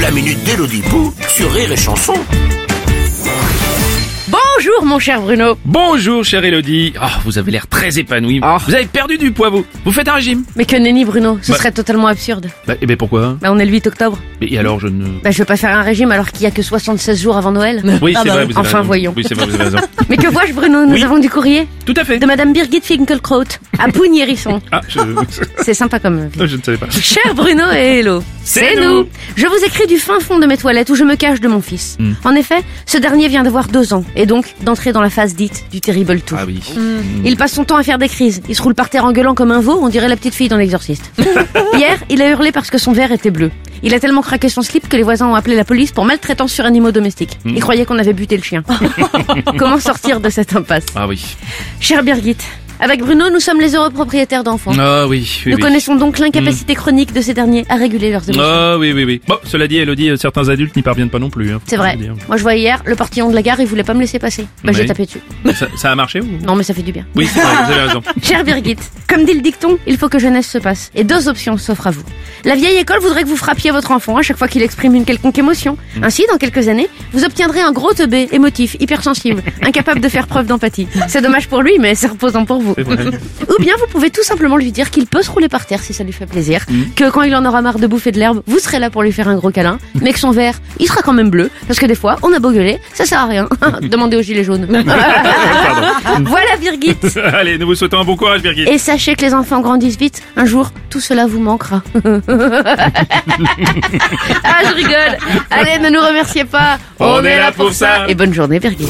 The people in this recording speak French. la minute d'Elodie Pou sur Rire et Chanson. Bonjour mon cher Bruno. Bonjour chère Elodie. Ah, vous avez l'air très épanouie. Ah. Vous avez perdu du poids vous. Vous faites un régime. Mais que nenni Bruno, ce Bah- serait totalement absurde. Bah, et ben pourquoi Bah on est le 8 octobre. Et alors je ne. Bah je veux pas faire un régime alors qu'il y a que 76 jours avant Noël. Oui, Ah c'est bah vrai, oui. vous avez Enfin, raison. voyons. Oui, c'est vrai, vous avez raison. Mais que vois-je Bruno Nous Oui. avons du courrier Tout à fait. de Madame Birgit Finkelkraut à Pougnérisson. Ah, je... C'est sympa comme euh, je ne savais pas. Cher Bruno et Hello, C'est nous. Je vous écris du fin fond de mes toilettes où je me cache de mon fils. Hmm. En effet, ce dernier vient d'avoir deux ans et donc d'entrer dans la phase dite du terrible tout. Ah oui. Mmh. Il passe son temps à faire des crises. Il se roule par terre en gueulant comme un veau, on dirait la petite fille dans l'exorciste. Hier, il a hurlé parce que son verre était bleu. Il a tellement craqué son slip que les voisins ont appelé la police pour maltraitance sur animaux domestiques. Hmm. Il croyait qu'on avait buté le chien. Comment sortir de cette impasse Ah oui. Cher Birgit, avec Bruno, nous sommes les heureux propriétaires d'enfants. Ah oui. oui, Nous oui. Hmm. connaissons donc l'incapacité chronique de ces derniers à réguler leurs émotions. Ah oui, oui, oui. Bon, cela dit, Elodie, euh, certains adultes n'y parviennent pas non plus. hein. C'est vrai. Je veux dire. Moi, je vois hier, le portillon de la gare, il voulait pas me laisser passer. Bah, j'ai Oui. tapé dessus. Ça, ça a marché ou Non, mais ça fait du bien. Oui, c'est vrai, vous avez raison. Cher Birgit, comme dit le dicton, il faut que jeunesse se passe. Et deux options s'offrent à vous. La vieille école voudrait que vous frappiez votre enfant à chaque fois qu'il exprime une quelconque émotion. Mm. Ainsi, dans quelques années, vous obtiendrez un gros teubé, émotif, hypersensible, incapable de faire preuve d'empathie. C'est dommage pour lui, mais c'est reposant pour vous. C'est vrai. Ou bien vous pouvez tout simplement lui dire qu'il peut se rouler par terre si ça lui fait plaisir, Mm. que quand il en aura marre de bouffer de l'herbe, vous serez là pour lui faire un gros câlin, Mm. mais que son verre, il sera quand même bleu, parce que des fois, on a beau gueuler, ça sert à rien. Demandez aux gilets jaunes. voilà Birgit Allez, nous vous souhaitons un bon courage, Birgit. et sachez que les enfants grandissent vite. Un jour, tout cela vous manquera. ah, je rigole. Allez, ne nous remerciez pas. On est là pour ça. Et bonne journée, Birgit.